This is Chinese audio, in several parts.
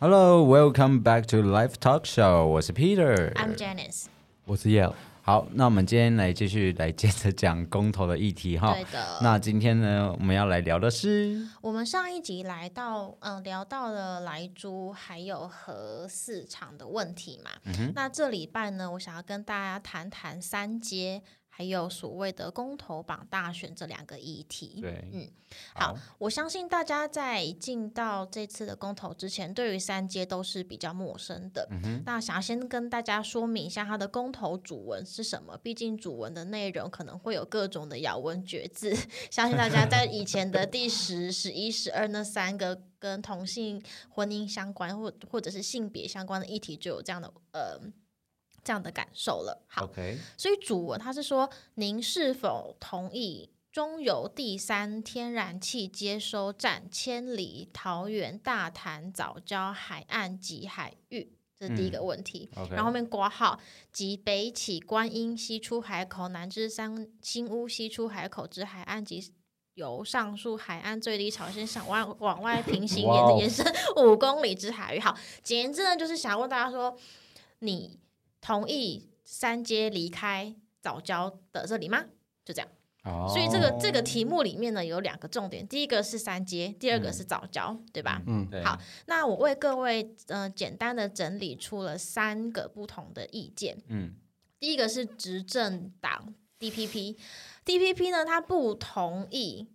Hello, welcome back to Live Talk Show，我是 Peter。 I'm Janice。我是 Yale，好，那我们今天来继续来接着讲公投的议题哈。对的那今天呢，我们要来聊的是，我们上一集来到，嗯、聊到了莱猪还有核市场的问题嘛。嗯那这礼拜呢，我想要跟大家谈谈三阶，还有所谓的公投榜大选这两个议题。对嗯，好，我相信大家在进到这次的公投之前，对于三阶都是比较陌生的。那想要先跟大家说明一下它的公投主文是什么，毕竟主文的内容可能会有各种的咬文嚼字。 相信大家在以前的第十、十一、十二那三个跟同性婚姻相关，或或者是性别相关的议题，就有这样的呃这样的感受了。好， OK，所以主文它是说，您是否同意中油第三天然气接收站千里、桃园、大潭、早礁海岸及海域？这是第一个问题。 OK 然后后面挂号及北起观音西出海口，南至三新屋西出海口之海岸及。由上述海岸最低潮线向外往外平行哇哦延延伸 五公里之海域。好，简言之呢，就是想问大家说，你同意三阶离开早教的这里吗？就这样。哦所以这个这个题目里面呢，有两个重点，第一个是三阶，第二个嗯是早教，对吧？嗯，对好，那我为各位呃简单的整理出了三个不同的意见。嗯第一个是执政党 DPP，DPP 呢，他不同意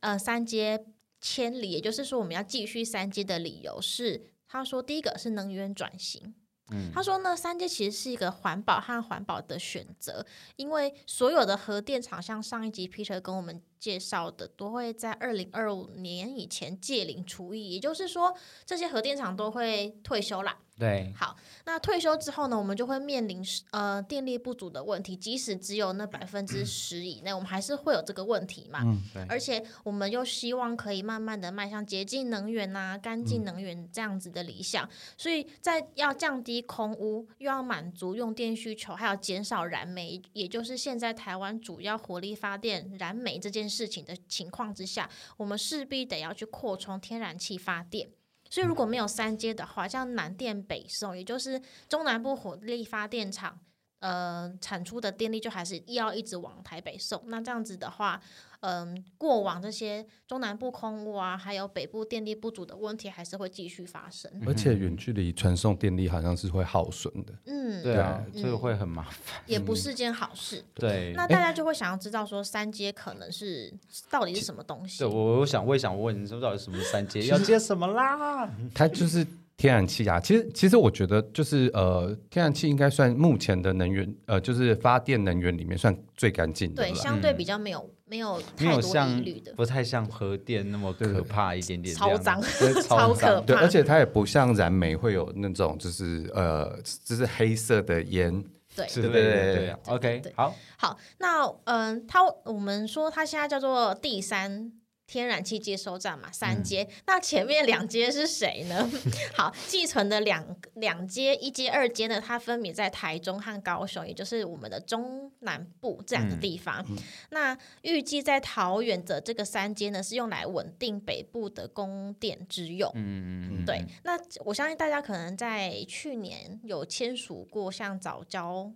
呃三阶迁离，也就是说我们要继续三阶的理由是，他说第一个是能源转型，嗯他说呢，三阶其实是一个环保和环保的选择，因为所有的核电厂，像上一集 Peter 跟我们介绍的，都会在二零二五年以前届龄除役，也就是说，这些核电厂都会退休啦。对好，那退休之后呢，我们就会面临呃电力不足的问题，即使只有那百分之十以内，我们还是会有这个问题嘛。嗯对而且我们又希望可以慢慢的迈向洁净能源呐、干净能源这样子的理想，所以在要降低空污，又要满足用电需求，还要减少燃煤，也就是现在台湾主要火力发电燃煤这件事情的情况之下，我们势必得要去扩充天然气发电。所以如果没有三阶的话，像南电北送，也就是中南部火力发电厂，呃，产出的电力就还是要一直往台北送。那这样子的话，嗯、过往这些中南部空污啊，还有北部电力不足的问题，还是会继续发嗯生。而且远距离传送电力好像是会耗损的，嗯，对啊，嗯这个会很麻烦。也不是件好事。嗯对，那大家就会想要知道说，三阶可能是到底是什么东西对？我我想我也想问，你说到底什么三阶要接什么 啦？它就是天然气啊。其实其实我觉得就是呃，天然气应该算目前的能源呃，就是发电能源里面算最干净的对，了。相对比较没有没有嗯没太有多疑像虑的，不太像核电那么可怕一点点这超样，啊脏对超超可脏。对，怕。而且它也不像燃煤会有那种就是呃，就是黑色的烟。对之类的，对对啊，OK，对好，好，那嗯，它我们说它现在叫做第三天然气接收站嘛，三阶。那前面两阶是谁呢？ 好，寄存的两两阶，一阶、二阶呢，它分别在台中和高雄，也就是我们的中南部这两个地方。那预计在桃园的这个三阶呢，是用来稳定北部的供电之用。嗯嗯嗯，对，那我相信大家可能在去年有签署过像早 教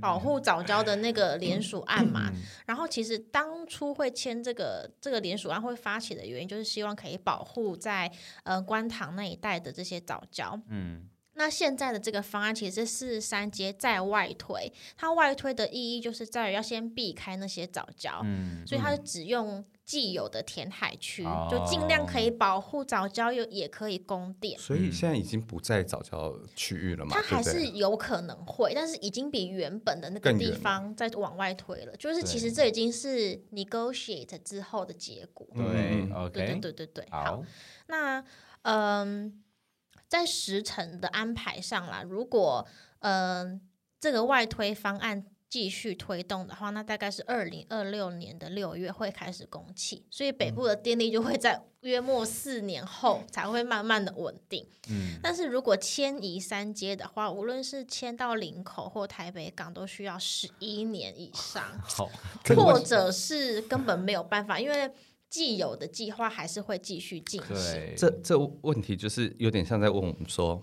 保护早教的那个联署案嘛。嗯然后其实当初会签这个这个联署案会发起的原因，就是希望可以保护在呃观塘那一带的这些早教。嗯，那现在的这个方案其实是三阶再外推，它外推的意义就是在于要先避开那些早教。嗯所以它只用既有的填海区，哦就尽量可以保护早教，又也可以供电。所以现在已经不在早教区域了嘛，它对还不是对？有可能会，但是已经比原本的那个更地远了方再往外推了。就是对其实这已经是 negotiate 之后的结果。对嗯对对，OK，对对对，好好，，那嗯，在时程的安排上啦，如果嗯这个外推方案继续推动的话，那大概是二零二六年的六月会开始供气，所以北部嗯的电力就会在约莫四年后才会慢慢的稳定。嗯，但是如果迁移三阶的话，无论是迁到林口或台北港，都需要十一年以上， 好，或者是根本没有办法，因为既有的计划还是会继续进行。对，这这问题就是有点像在问我们说，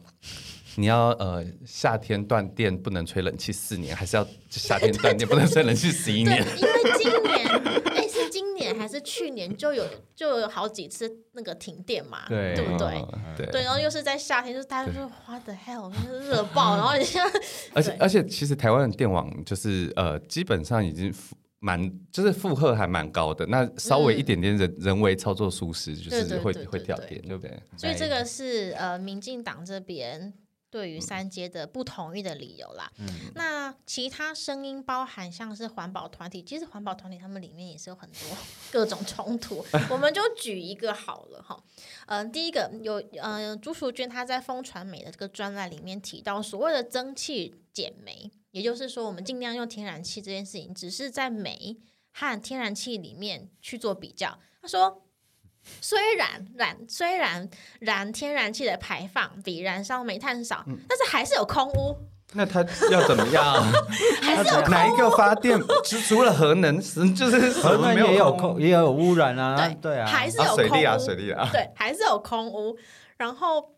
你要呃夏天断电不能吹冷气四年，还是要夏天断电不能吹冷气十一对，年？因为今年哎、是今年还是去年就有就有好几次那个停电嘛，对对不对？嗯对，然后又是在夏天，就是大家就说 What the hell，就是热爆，然后你像而且对而且，其实台湾的电网就是呃，基本上已经负蛮就是负荷还蛮高的，那稍微一点点人、人为操作疏失，嗯就对是对会对会对掉对电，对不对？所以这个是呃，民进党这边对于三阶的不同意的理由啦。那其他声音包含像是环保团体，其实环保团体他们里面也是有很多 各种冲突，我们就举一个好了哈。嗯、第一个有呃，朱淑娟她在风传媒的这个专栏里面提到，所谓的蒸汽减煤，也就是说我们尽量用天然气这件事情，只是在煤和天然气里面去做比较。她说。虽然燃虽然燃天然气的排放比燃烧煤炭少，嗯但是还是有空 污。那它要怎么样？ 它哪一个发电？除除了核能，是就是什核么能没也有空空，也有污染啊，对对啊，还是有啊，水空力啊，污水力啊。对，还是有空屋。然后，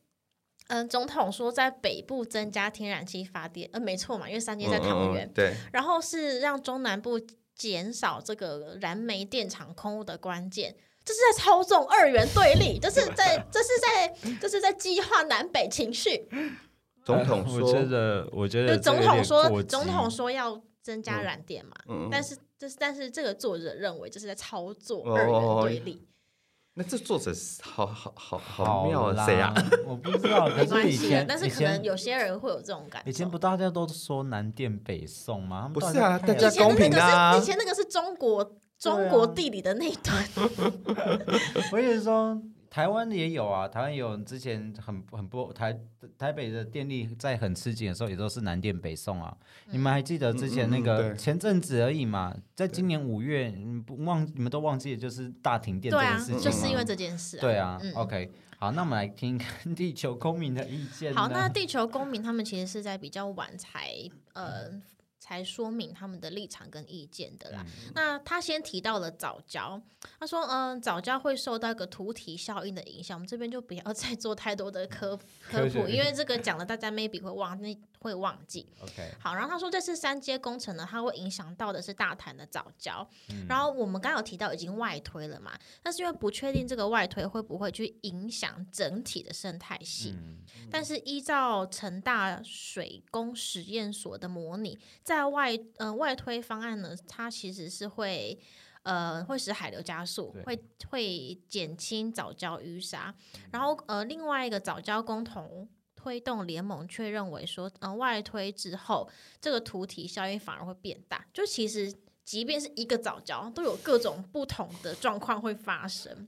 嗯、总统说在北部增加天然气发电，呃，没错嘛，因为三阶在桃园，嗯嗯嗯对， 然后是让中南部减少这个燃煤电厂空污的关键。这是在操纵二元 对立，这是在这是在这是在激化南北情绪。总统我觉说，得，我觉就得总这有统点说，过激总统说要增加燃电嘛，嗯，但是这是但是这个作者认为这是在操作哦二元对立。那这作者是好好好好好妙啊，啦谁啊？？ 我不知道，可没是关哎以系的前，，但是以可前能有些人会有这种感受。以前不大家都说南电北送吗？他们到底不是啊在看大以家什么前的公那平个啊是以前那个是中国中国地理的那一 段，我也是说，台湾也有啊，台湾也有之前很很不台台北的电力在很吃紧的时候，也都是南电北送啊。你们还记得之前那嗯嗯个嗯对前阵子而已嘛，在今年五月，你不忘你们都忘记了就是大停电对这件啊事情吗，，就是因为这件事。对啊嗯。 OK，好，那我们来听看 地球公民的意见呢。好，那地球公民他们其实是在比较晚才呃才说明他们的立场跟意见的啦。那他先提到了早教，他说嗯、早教会受到一个图体效应的影响，我们这边就不要 再做太多的科科科普，学因为这个讲了大家 maybe 会忘，那会忘记。 OK，好，然后他说这次三阶工程呢，它会影响到的是大潭的早教，然后我们刚刚有提到已经外推了嘛，但是因为不确定这个外推会不会去影响整体的生态嗯系，但是依照成大水工实验所的模拟，在外呃外推方案呢，它其实是会。呃，会使海流加速，对会会减轻早教淤沙，然后呃，另外一个早教共同推动联盟却认为说，嗯、外推之后，这个图体效应反而会变大。就其实，即便是一个早教，都有各种不同的状况会发生。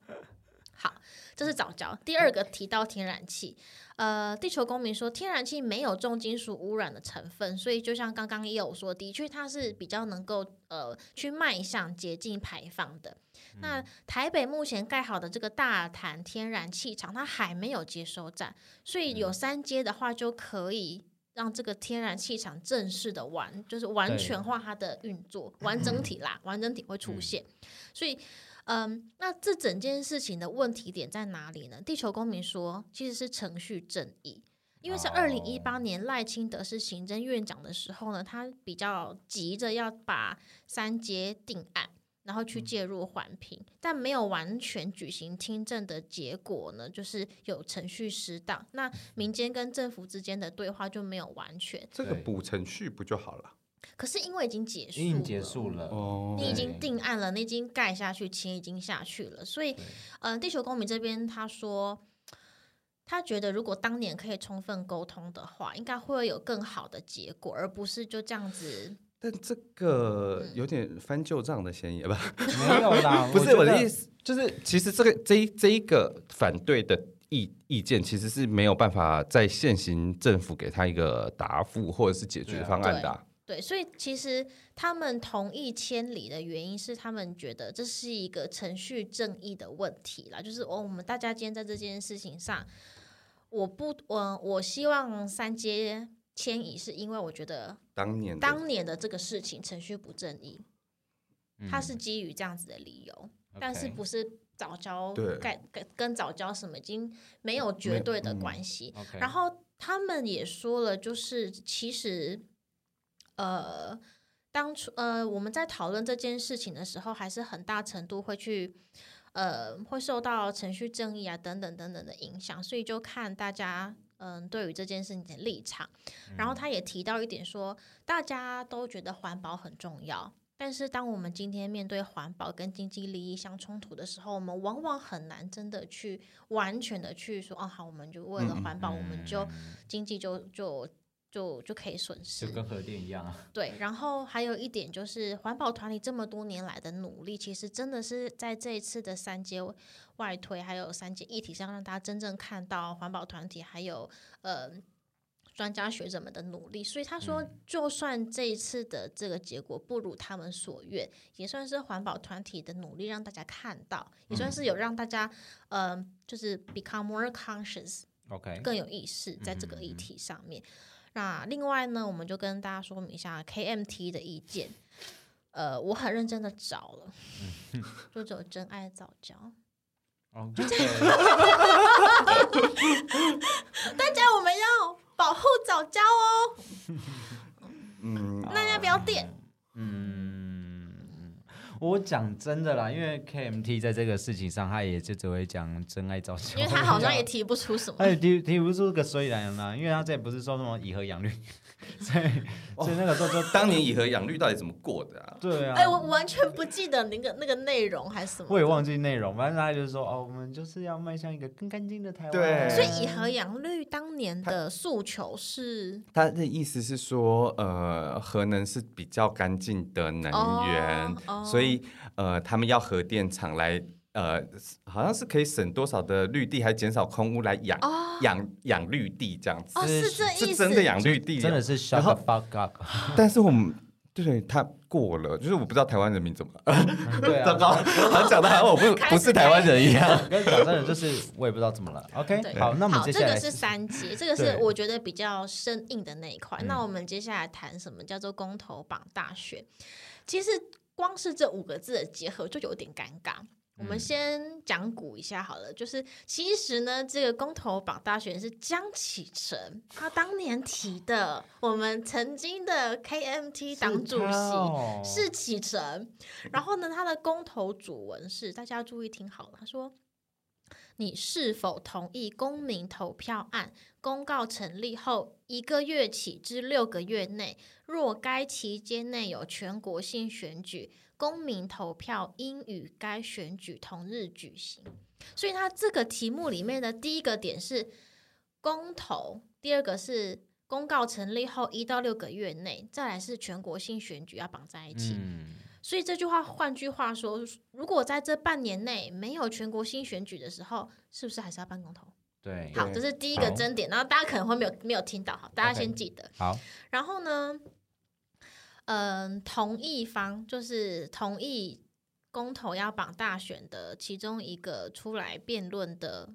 好，这是早教。第二个提到天然气，呃，地球公民说天然气没有重金属污染的成分，所以就像刚刚也有说，的确它是比较能够呃去迈向洁净排放的。那台北目前盖好的这个大潭天然气厂，它还没有接收站，所以有三阶的话就可以。让这个天然气厂正式的完，就是完对全化它的运作，完整体啦，完整体会出现。所以，嗯，那这整件事情的问题点在哪里呢？地球公民说，其实是程序正义，因为是哦二零一八年赖清德是行政院长的时候呢，他比较急着要把三阶定案。然后嗯去介入环评，但没有完全举行听证的结果呢，就是有程序失当，那嗯民间跟政府之间的对话就没有完全。这个对补程序不就好了？可是因为已经结束，已经结束了。哦你已经对定案了，你已经盖下去，钱已经下去了，所以，呃，地球公民这边他说，他觉得如果当年可以充分沟通的话，应该会有更好的结果，而不是就这样子。但这个嗯有点翻旧账的嫌疑吧？没有啦， 不哦是我的思。意思，就是其实这个这一这一个反对的意意见，其实是没有办法在现行政府给他一个答复或者是解决方案的啊、对，所以其实他们同意迁离的原因是，他们觉得这是一个程序正义的问题啦，就是哦，我们大家今天在这件事情上，我不，我我希望三阶迁移，是因为我觉得当年的当年的这个嗯事嗯情程序不正义，它是基于这样子的理由，但是不是早教对概跟跟早教什么已经没有没绝有对的嗯关系。 OK，然后他们也说了，就是其实，呃，当初呃我们在讨论这件事情的时候，还是很大程度会去，呃，会受到程序正义啊等等等等的影响，所以就看大家。嗯，对于这件事情的立场，然嗯后他也提到一点说，大家都觉得环保很重要，但是当我们今天面对环保跟经济利益相冲突的时候，我们往往很难真的去完全的去说，哦，好，我们就为了嗯嗯环保，我们就嗯经济就就就就可以损失就。跟核电一样啊，对，然后还有一点就是，环保团体这么多年来的努力，其实真的是在这一次的三阶外推，还有三阶议题上，让大家真正看到环保团体还有呃专家学者们的努力。所以他嗯说，就算这一次的这个结果不如他们所愿，也算是环保团体的努力让大家看到，嗯也算是有让大家呃，就是 become more conscious， OK，更有意识在这个议题上面。那另外呢，我们就跟大家说明一下 KMT 的意见。呃，我很认真的找了，就只有真爱早教。哦，大家我们要保护早教哦，嗯，大家不要点。嗯，我讲真的啦，因为 KMT 在这个事情上，他也就只会讲真爱造就，因为他 好像也提不出什么他。也提提不出个所以然啦，因为他这也不是说什么以和养绿， 所以所以那个时候就当年以和养绿到底怎么过的啊？对啊，哎、我完全不记得那个那个内容还是什么。我也忘记内容，反正他就是说哦，我们就是要迈向一个更干净的台湾。对所以以和养绿当年的诉求是他的意思是说，呃，核能是比较干净的能源，哦哦所以呃，他们要核电厂来，呃，好像是可以省多少的绿地，还减少空污来养、养养绿地这样子，哦，是是这意是思，真的养绿地，真的。是 shut 然后 the fuck up，但是我们对他过了，就是我不知道台湾人民怎么，对糟啊，糕，好像讲的好像我不 开始不是台湾人一样。跟讲真的就是我也不知道怎么了。OK，对好，那我们好，接这下个来是三节，这个是对嗯我觉得比较生硬的那一块。那我们接下来谈什么叫做公投榜大选？其实光是这五个字的结合就有点尴尬。嗯我们先讲古一下好了，就是其实呢，这个公投榜大选是江启臣他当年提的，我们曾经的 KMT 党主是他席。哦是启程。然后呢，他的公投主文是，大家要注意听好了，他说。你是否同意公民投票案公告成立后一个月起至六个月内，若该期间内有全国性选举，公民投票应与该选举同日举行？所以，它这个题目里面的第一个点是公投，第二个是公告成立后一到六个月内，再来是全国性选举要绑在一起。嗯，所以这句话，换句话说，如果在这半年内没有全国性选举的时候，是不是还是要办公投？对，好，对这是第一个好争点，然后大家可能会没有没有听到，好，大家 OK 先记得。好，然后呢，嗯，同意方就是同意公投要绑大选的其中一个出来辩论的，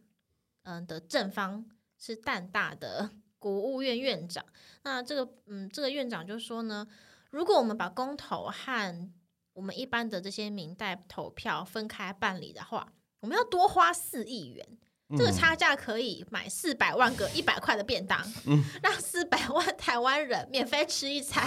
嗯的正方是淡大的国务院院长。那这个嗯，这个院长就说呢，如果我们把公投和我们一般的这些民代投票分开办理的话，我们要多花四亿元。嗯这个差价可以买四百万个一百块的便当，嗯 让四百万台湾人免费吃一 餐。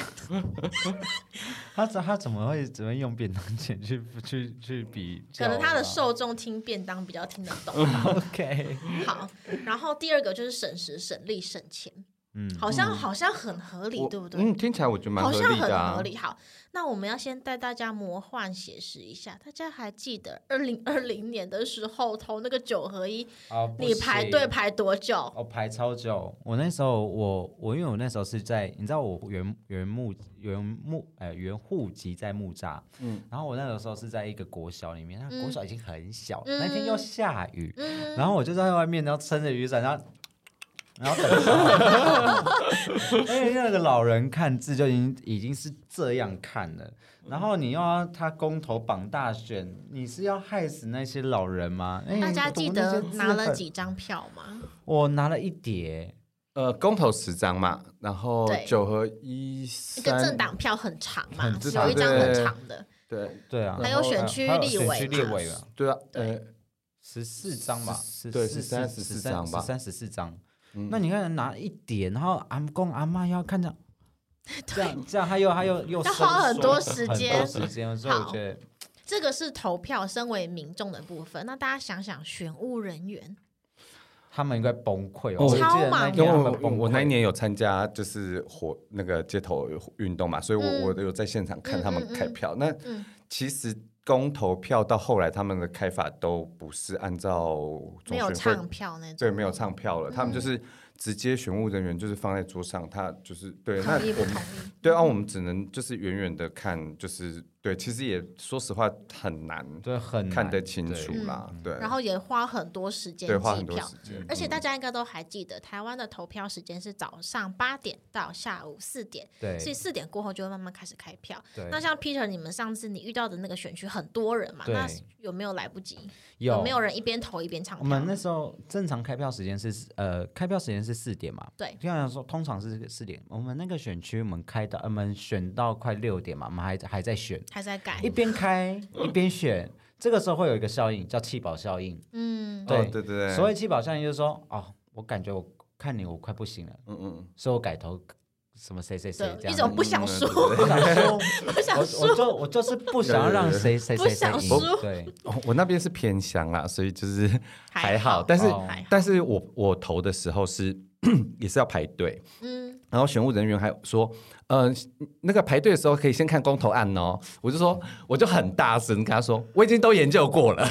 他怎他怎么会怎么用便当钱去去去比较可啊？能他的受众听便当比较听得懂。 OK，好，然后第二个就是省时、省力、省钱，嗯，好像好像很合理，我对不对？嗯，听起来我觉得蛮好合像理很的、啊，合理。好，那我们要先带大家魔幻写实一下。大家还记得二零二零年的时候投那个九合一，哦不你排行队啊排多久？哦，排超久。我那时候，我我因为我那时候是在，你知道我原原木原木呃原户籍在木栅，嗯嗯，然后我那个时候是在一个国小里面，那嗯国小已经很小，嗯那天又下雨，嗯，然后我就在外面，然后撑着雨伞，然后。然后等消 防，因为那个老人看字就已经已经是这样看了，然后你又要他公投绑大选，你是要害死那些老人吗？哎大家读记那些得字拿了很？几张票吗？我拿了一叠，呃，公投十张嘛，然后对九合一一三个政党票很长嘛，很有正一张常很对长的，对对啊，还然有后选还区还有立选委区嘛，立委啊，对啊，对呃，十四张吧，十十对四13 14张吧十三十四张。那你看拿一点，然后阿公阿妈要看着，这样这样他又他又又伸要花很缩多时间很多时间，所以我好觉得这个是投票，身为民众的部分。那大家想想，选务人员他们应该崩溃哦哦。我记得那一因年为他我们我崩溃我那一年有参加就是活那个街头运动嘛，所以我、嗯我有在现场看他们开票。嗯那其实公投票到后来他们的开法都不是按照总没有选唱嗯会。票那种，对，没有唱票了，他们就是直接选务人员就是放在桌上，他就是对，那同意不我们同意？对啊，我们只能就是远远的看，就是对，其实也说实话很难对很看得难清楚对啦，对，嗯然后也花很多时间对花计很多票时。间，嗯而且大家应该都还记得，台湾的投票时间是早上八点到下午四点，对所以四点过后就会慢慢开始开票。对那像 Peter，你们上次你遇到的那个选区很多人嘛，对那有没有来不及？有没有人一边投一边唱我票？们那时候正常开票时间是呃，开票时间是四点嘛。对就像说通常是四点。我们那个选区我们开到，呃我们选到快六点嘛，我们还还在选，还在改一，边 开一边选。这个时候会有一个效应叫气保效应。嗯，对哦对对对，所以谓气保效应就是说，哦，我感觉我看你我快不行了，嗯嗯，所以我改投什么谁谁谁对这样。一种不想输嗯对对不想输，对不 想我我输，就我就是不想要让谁谁谁不谁想赢输。对，哦我那边是偏乡啦，所以就是还好，好，但是、哦还好 但是我我投的时候是 也是要排队，嗯，然后选务人员还说，呃，那个排队的时候可以先看公投案哦，我就说我就很大声跟他说，我已经都研究过了，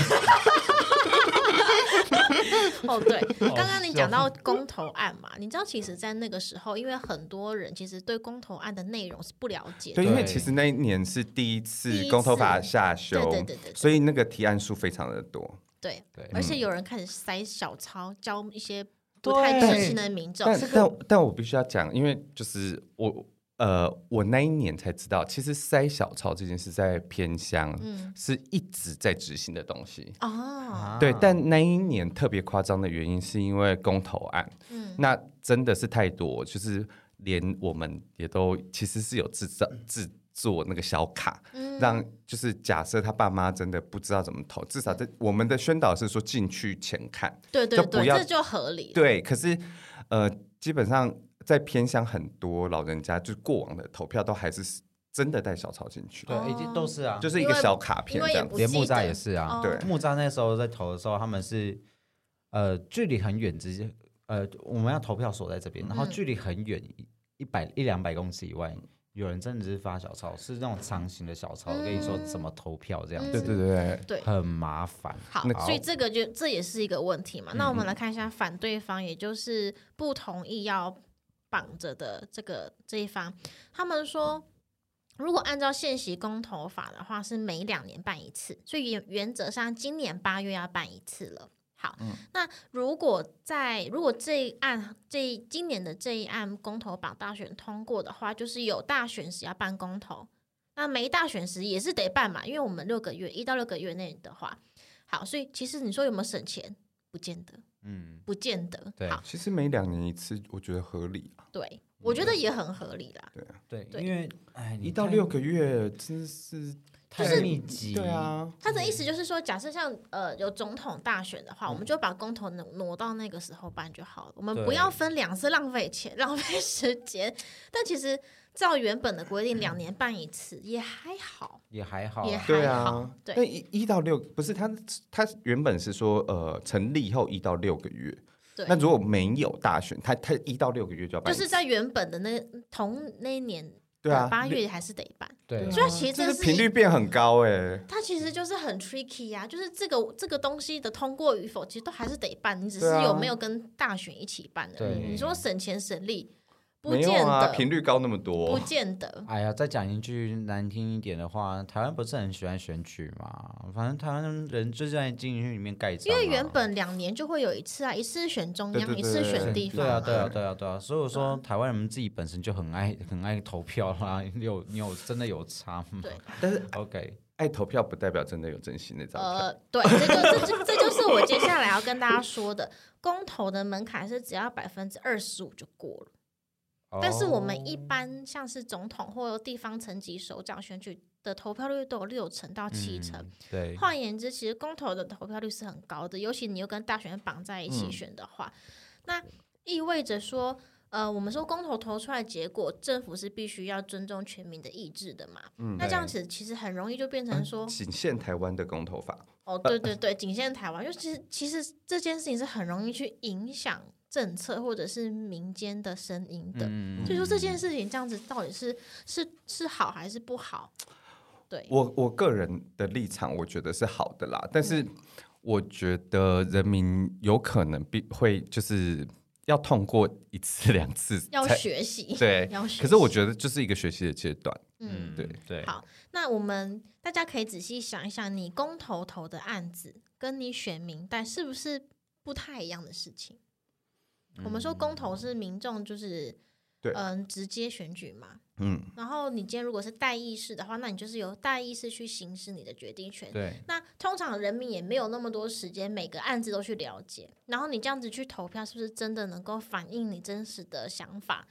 哦对，刚刚你讲到哦公投案嘛，你知道其实，在那个时候，因为很多人其实对公投案的内容是不了解的对，，因为对其实那一年是第一次第一公投法次下修，对对对对对所以那个提案数非常的多。对，嗯对而且有人开始塞小抄，教一些不对太知情的民众。但但但我必须要讲，因为就是我呃，我那一年才知道，其实塞小抄这件事在偏乡、嗯，是一直在执行的东西。哦，啊对，但那一年特别夸张的原因是因为公投案，嗯，那真的是太多，就是连我们也都其实是有制造制作那个小卡，嗯让就是假设他爸妈真的不知道怎么投，至少在我们的宣导是说进去前看，对对就不对，要这就合理。对，可是呃，基本上在偏乡很多老人家，就是过往的投票都还是真的带小抄进去，对，已经都是啊，就是一个小卡片因为这也样不子。连记木栅得也是啊哦，对木栅那时候在投的时候，他们是呃距离很远，直接呃我们要投票所在这边，然后嗯距离很远一一百一两百公尺以外，有人真的是发小抄，是那种长形的小抄，我跟你说嗯怎么投票这样嗯子，对对对，对，很麻烦。好，所以这个就这也是一个问题嘛。那我们来看一下反对方，也就是不同意要绑着的这个这一方，他们说。如果按照现行公投法的话，是每两年办一次，所以原原则上今年八月要办一次了。好，那如果在如果这一案这一今年的这一案公投榜大选通过的话，就是有大选时要办公投，那没大选时也是得办嘛，因为我们六个月一到六个月内的话，好，所以其实你说有没有省钱？不见得，嗯，不见得。对好，其实每两年一次，我觉得合理啊。对，我觉得也很合理啦。对，对因为哎一到六个月真是太密集，对，啊，他的意思就是说，假设像呃有总统大选的话，我们嗯就把公投挪挪到那个时候办就好了，我们不对要分两次浪费钱、 浪费时间。但其实照原本的规定，两年办一次也还好。也还好啊，也还对好啊，对但一一到六不是他，他原本是说呃成立后一到六个月，对，那如果没有大选，他他一到六个月就要办就一次，是在原本的那同那一年对啊的八月还是得办。对对啊所以其实这这是是一频率变很高哎、它其实就是很 tricky 呀、就是这个这个东西的通过与否，其实都还是得办，你只是对啊有没有跟大选一起办而已。对你说省钱省力，不没见有得，啊，频率高那么不多，见得。 哎呀，再讲一句难听一点的话，台湾不是很喜欢选举嘛？反正台湾人就在禁区里面盖章因啊、为原本两年就会有一次啊，一次选中央，对对一次对选地方对啊，嘛。对啊，对啊，对啊。所以我说，台湾人自己本身就很爱很爱投票啦。你有你有真的有差吗？ 对但是 OK，爱投票不代表真的有真心那张票。呃，对，这个这这这就是我接下来要跟大家说的，公投的门槛是只要百分之二十五就过了。但是我们一哦般像是总统或地方层级首长选举的投票率都有六成到七嗯成。对，换言之，其实公投的投票率是很高的，尤其你又跟大选绑在一嗯起选的话，那意味着说，呃，我们说公投投出来的结果，政府是必须要尊重全民的意志的嘛。嗯那这样子其实很容易就变成说，仅限台湾的公投法，哦，对对对，仅限台湾，就其实其实这件事情是很容易去影响政策或者是民间的声音的。嗯所以说这件事情这样子到底是是是好还是不好？对，我我个人的立场，我觉得是好的啦，但嗯是我觉得人民有可能必会就是要痛过一次 两次要才学习，对，要学习。可是我觉得就是一个学习的阶段，嗯，对对好那我们大家可以仔细想一想，你公投投的案子跟你选民代是不是不太一样的事情？我们说公投是民众就是对嗯、直接选举嘛，嗯，然后你今天如果是代议士的话，那你就是由代议士去行使你的决定权。对，那通常人民也没有那么多时间，每个案子都去了解，然后你这样子去投票，是不是真的能够反映你真实的想法？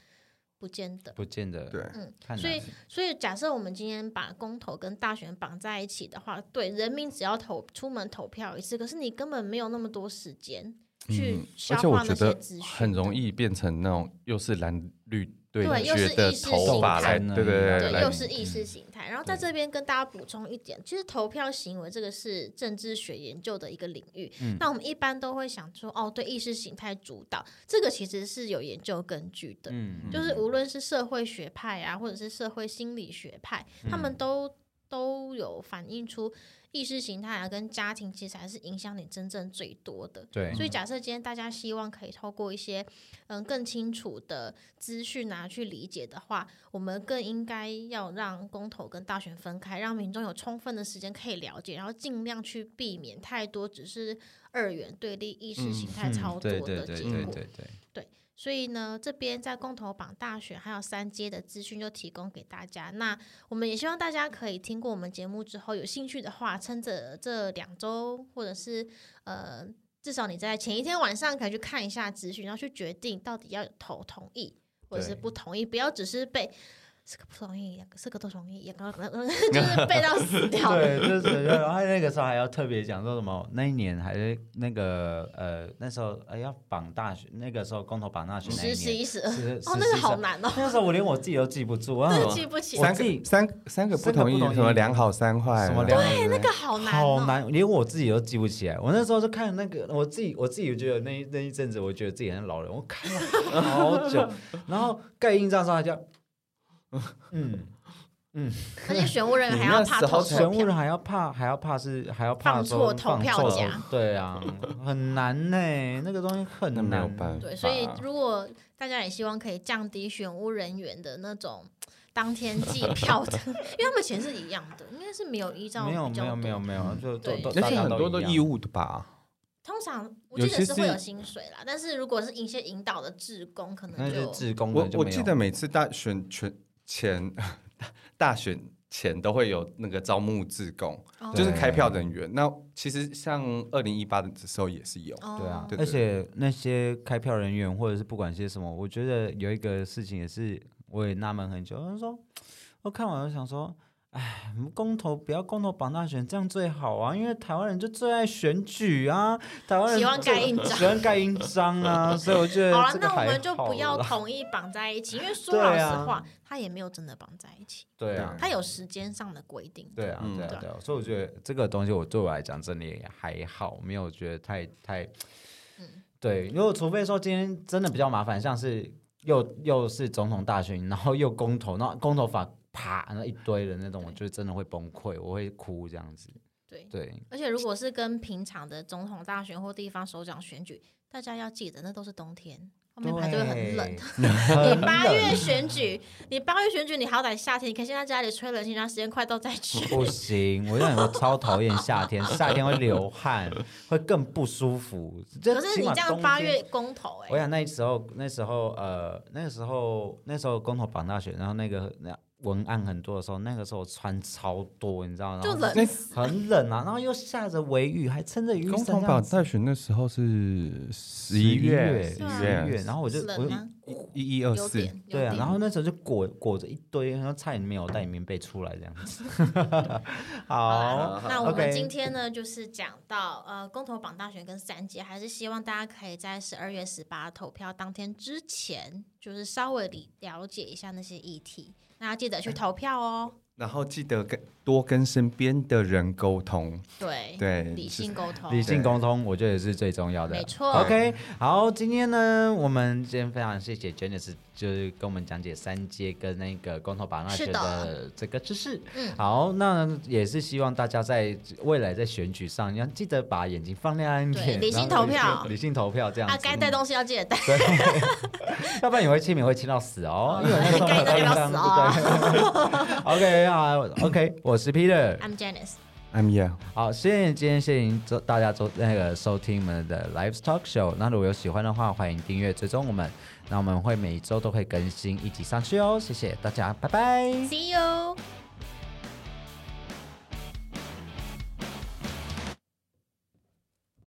不见得。不见得对，看所以哪，所以假设我们今天把公投跟大选绑在一起的话，对人民只要投出门投票一次，可是你根本没有那么多时间去消嗯而且我化觉那些得资讯，很容。易变成那种又是蓝绿对对又决是的意识头形发来，态对呢对对，对，来嗯又是意识形态。然后在这边跟大家补充一点，其实投票行为这个是政治学研究的一个领域。嗯那我们一般都会想说，哦，对意识形态主导，这个其实是有研究根据的。嗯，就是无论是社会学派啊，或者是社会心理学派，他嗯们都都有反映出意识形态啊跟家庭其实还是影响你真正最多的。对所以假设今天大家希望可以透过一些嗯更清楚的资讯啊去理解的话，我们更应该要让公投跟大选分开，让民众有充分的时间可以了解，然后尽量去避免太多只是二元对立意识形态操作嗯对对的对结对果。对对，所以呢，这边在公投榜、大选还有三阶的资讯就提供给大家。那我们也希望大家可以听过我们节目之后，有兴趣的话，趁着这两周或者是呃，至少你在前一天晚上可以去看一下资讯，然后去决定到底要投同意或者是对不同意，不要只是被。四个不同意，两个四个都同意，两个 就是背到死掉。对，就是然后那个时候还要特别讲说什么，那一年还是那个呃那时候哎要绑大学，那个时候公投绑大学那十、一十年，一、十二，是哦，那个好，难哦是，是那时候我连我自己都记不住，我想真说的记不起。我三自己个三三个不三个同意不同意什么良好三坏啊什么良好对那个好难哦，好难，连我自己都记不起来。我那时候就看那个，我自己我自己觉得那一那一阵子，我觉得自己很像老人，我看了好久，然后盖印章的时候还叫，嗯，而且选务人员还要怕你那时 投候错全票部。人还要怕，还要怕是还要怕放说错投票放错夹对啊，很难呢、那个东西很啊那难，没有办法，啊对，所以如果大家也希望可以降低选务人员的那种当天 计票的，因为他们钱是一样的，应该是没有依照没有比没较有多没有没有，就就对都而大且家很多都一样义务的吧，通常我有记得些是会是有薪水啦，但是如果是一些引导的志工，可那能就是就志工我的就我没有记得每次大选全前大选前都会有那个招募志工，哦就是对开票人员。那其实像二零一八的时候也是有，哦对啊，对而且那些开票人员或者是不管些什么，我觉得有一个事情也是我也纳闷很久，他说我看完我想说，哎，我们公投不要公投绑大选，这样最好啊，因为台湾人就最爱选举啊，台湾人喜欢最盖印章喜欢盖印章啊，所以我觉得好了这，个那我还们就不要好啦统一绑在一起，因为说对老啊实话，他也没有真的绑在一起，对啊。他有时间上的规定。对啊，嗯对啊对，对啊，所以我觉得这个东西我对我来讲真的也还好，没有觉得太太，嗯对。如果除非说今天真的比较麻烦，像是又又是总统大选，然后又公投，那公投法啪那一堆的那种，对我就真的会崩溃，我会哭这样子。对，对，而且如果是跟平常的总统大选或地方首长选举，大家要记得那都是冬天，后面排队会很冷。对， 你很八冷啊月选举，你八月选举，你好歹夏天，你可以先在家里吹冷气，让时间快到再 去。不行，我让你我超讨厌夏天， 夏天会流汗，会更不舒服。可是起你码这样冬八天月公投、我哎，想那时候，那时候，呃，那个时候，那时候公投绑大选，然后那个那文案很多的时候，那个时候穿超多，你知道吗？就冷那很冷啊，然后又下着微雨，还撑着雨公伞投这榜样子，大选那时候是十一一月，十对啊一月，然后我就冷啊我吗一一二有四，点，有对啊，点然后那时候就裹裹着一堆，然后差点没有带棉被出来这样子。 好，好啦那我们 OK 今天呢，就是讲到呃，公投榜大选跟三阶，还是希望大家可以在十二月十八投票当天之前，就是稍微理了解一下那些议题，那要记得去投 票哦。然后记得跟多跟身边的人沟通，对，对，理就是性沟通，理性沟通，我觉得也是最重要的。没错 OK，好，今天呢，我们今天非常谢谢 Janice，就是跟我们讲解三阶跟那个公投把那学是的的这个知识。嗯好，那也是希望大家在未来在选举上，你要记得把眼睛放亮一点，对理性然后投票理性投票这样啊，子。该带东西要记得带，对，要不然你会清明会清到死哦，因为那该带要死哦。 对 OK 好 OK，我是 Peter， I'm Janice， I'm yeah。好，谢谢今天谢谢周大家周那个收听我们的 Live Talk Show。那如果有喜欢的话，欢迎订阅追踪我们，那我们会每一周都会更新一集上去哦。谢谢大家，拜拜。 ，See you。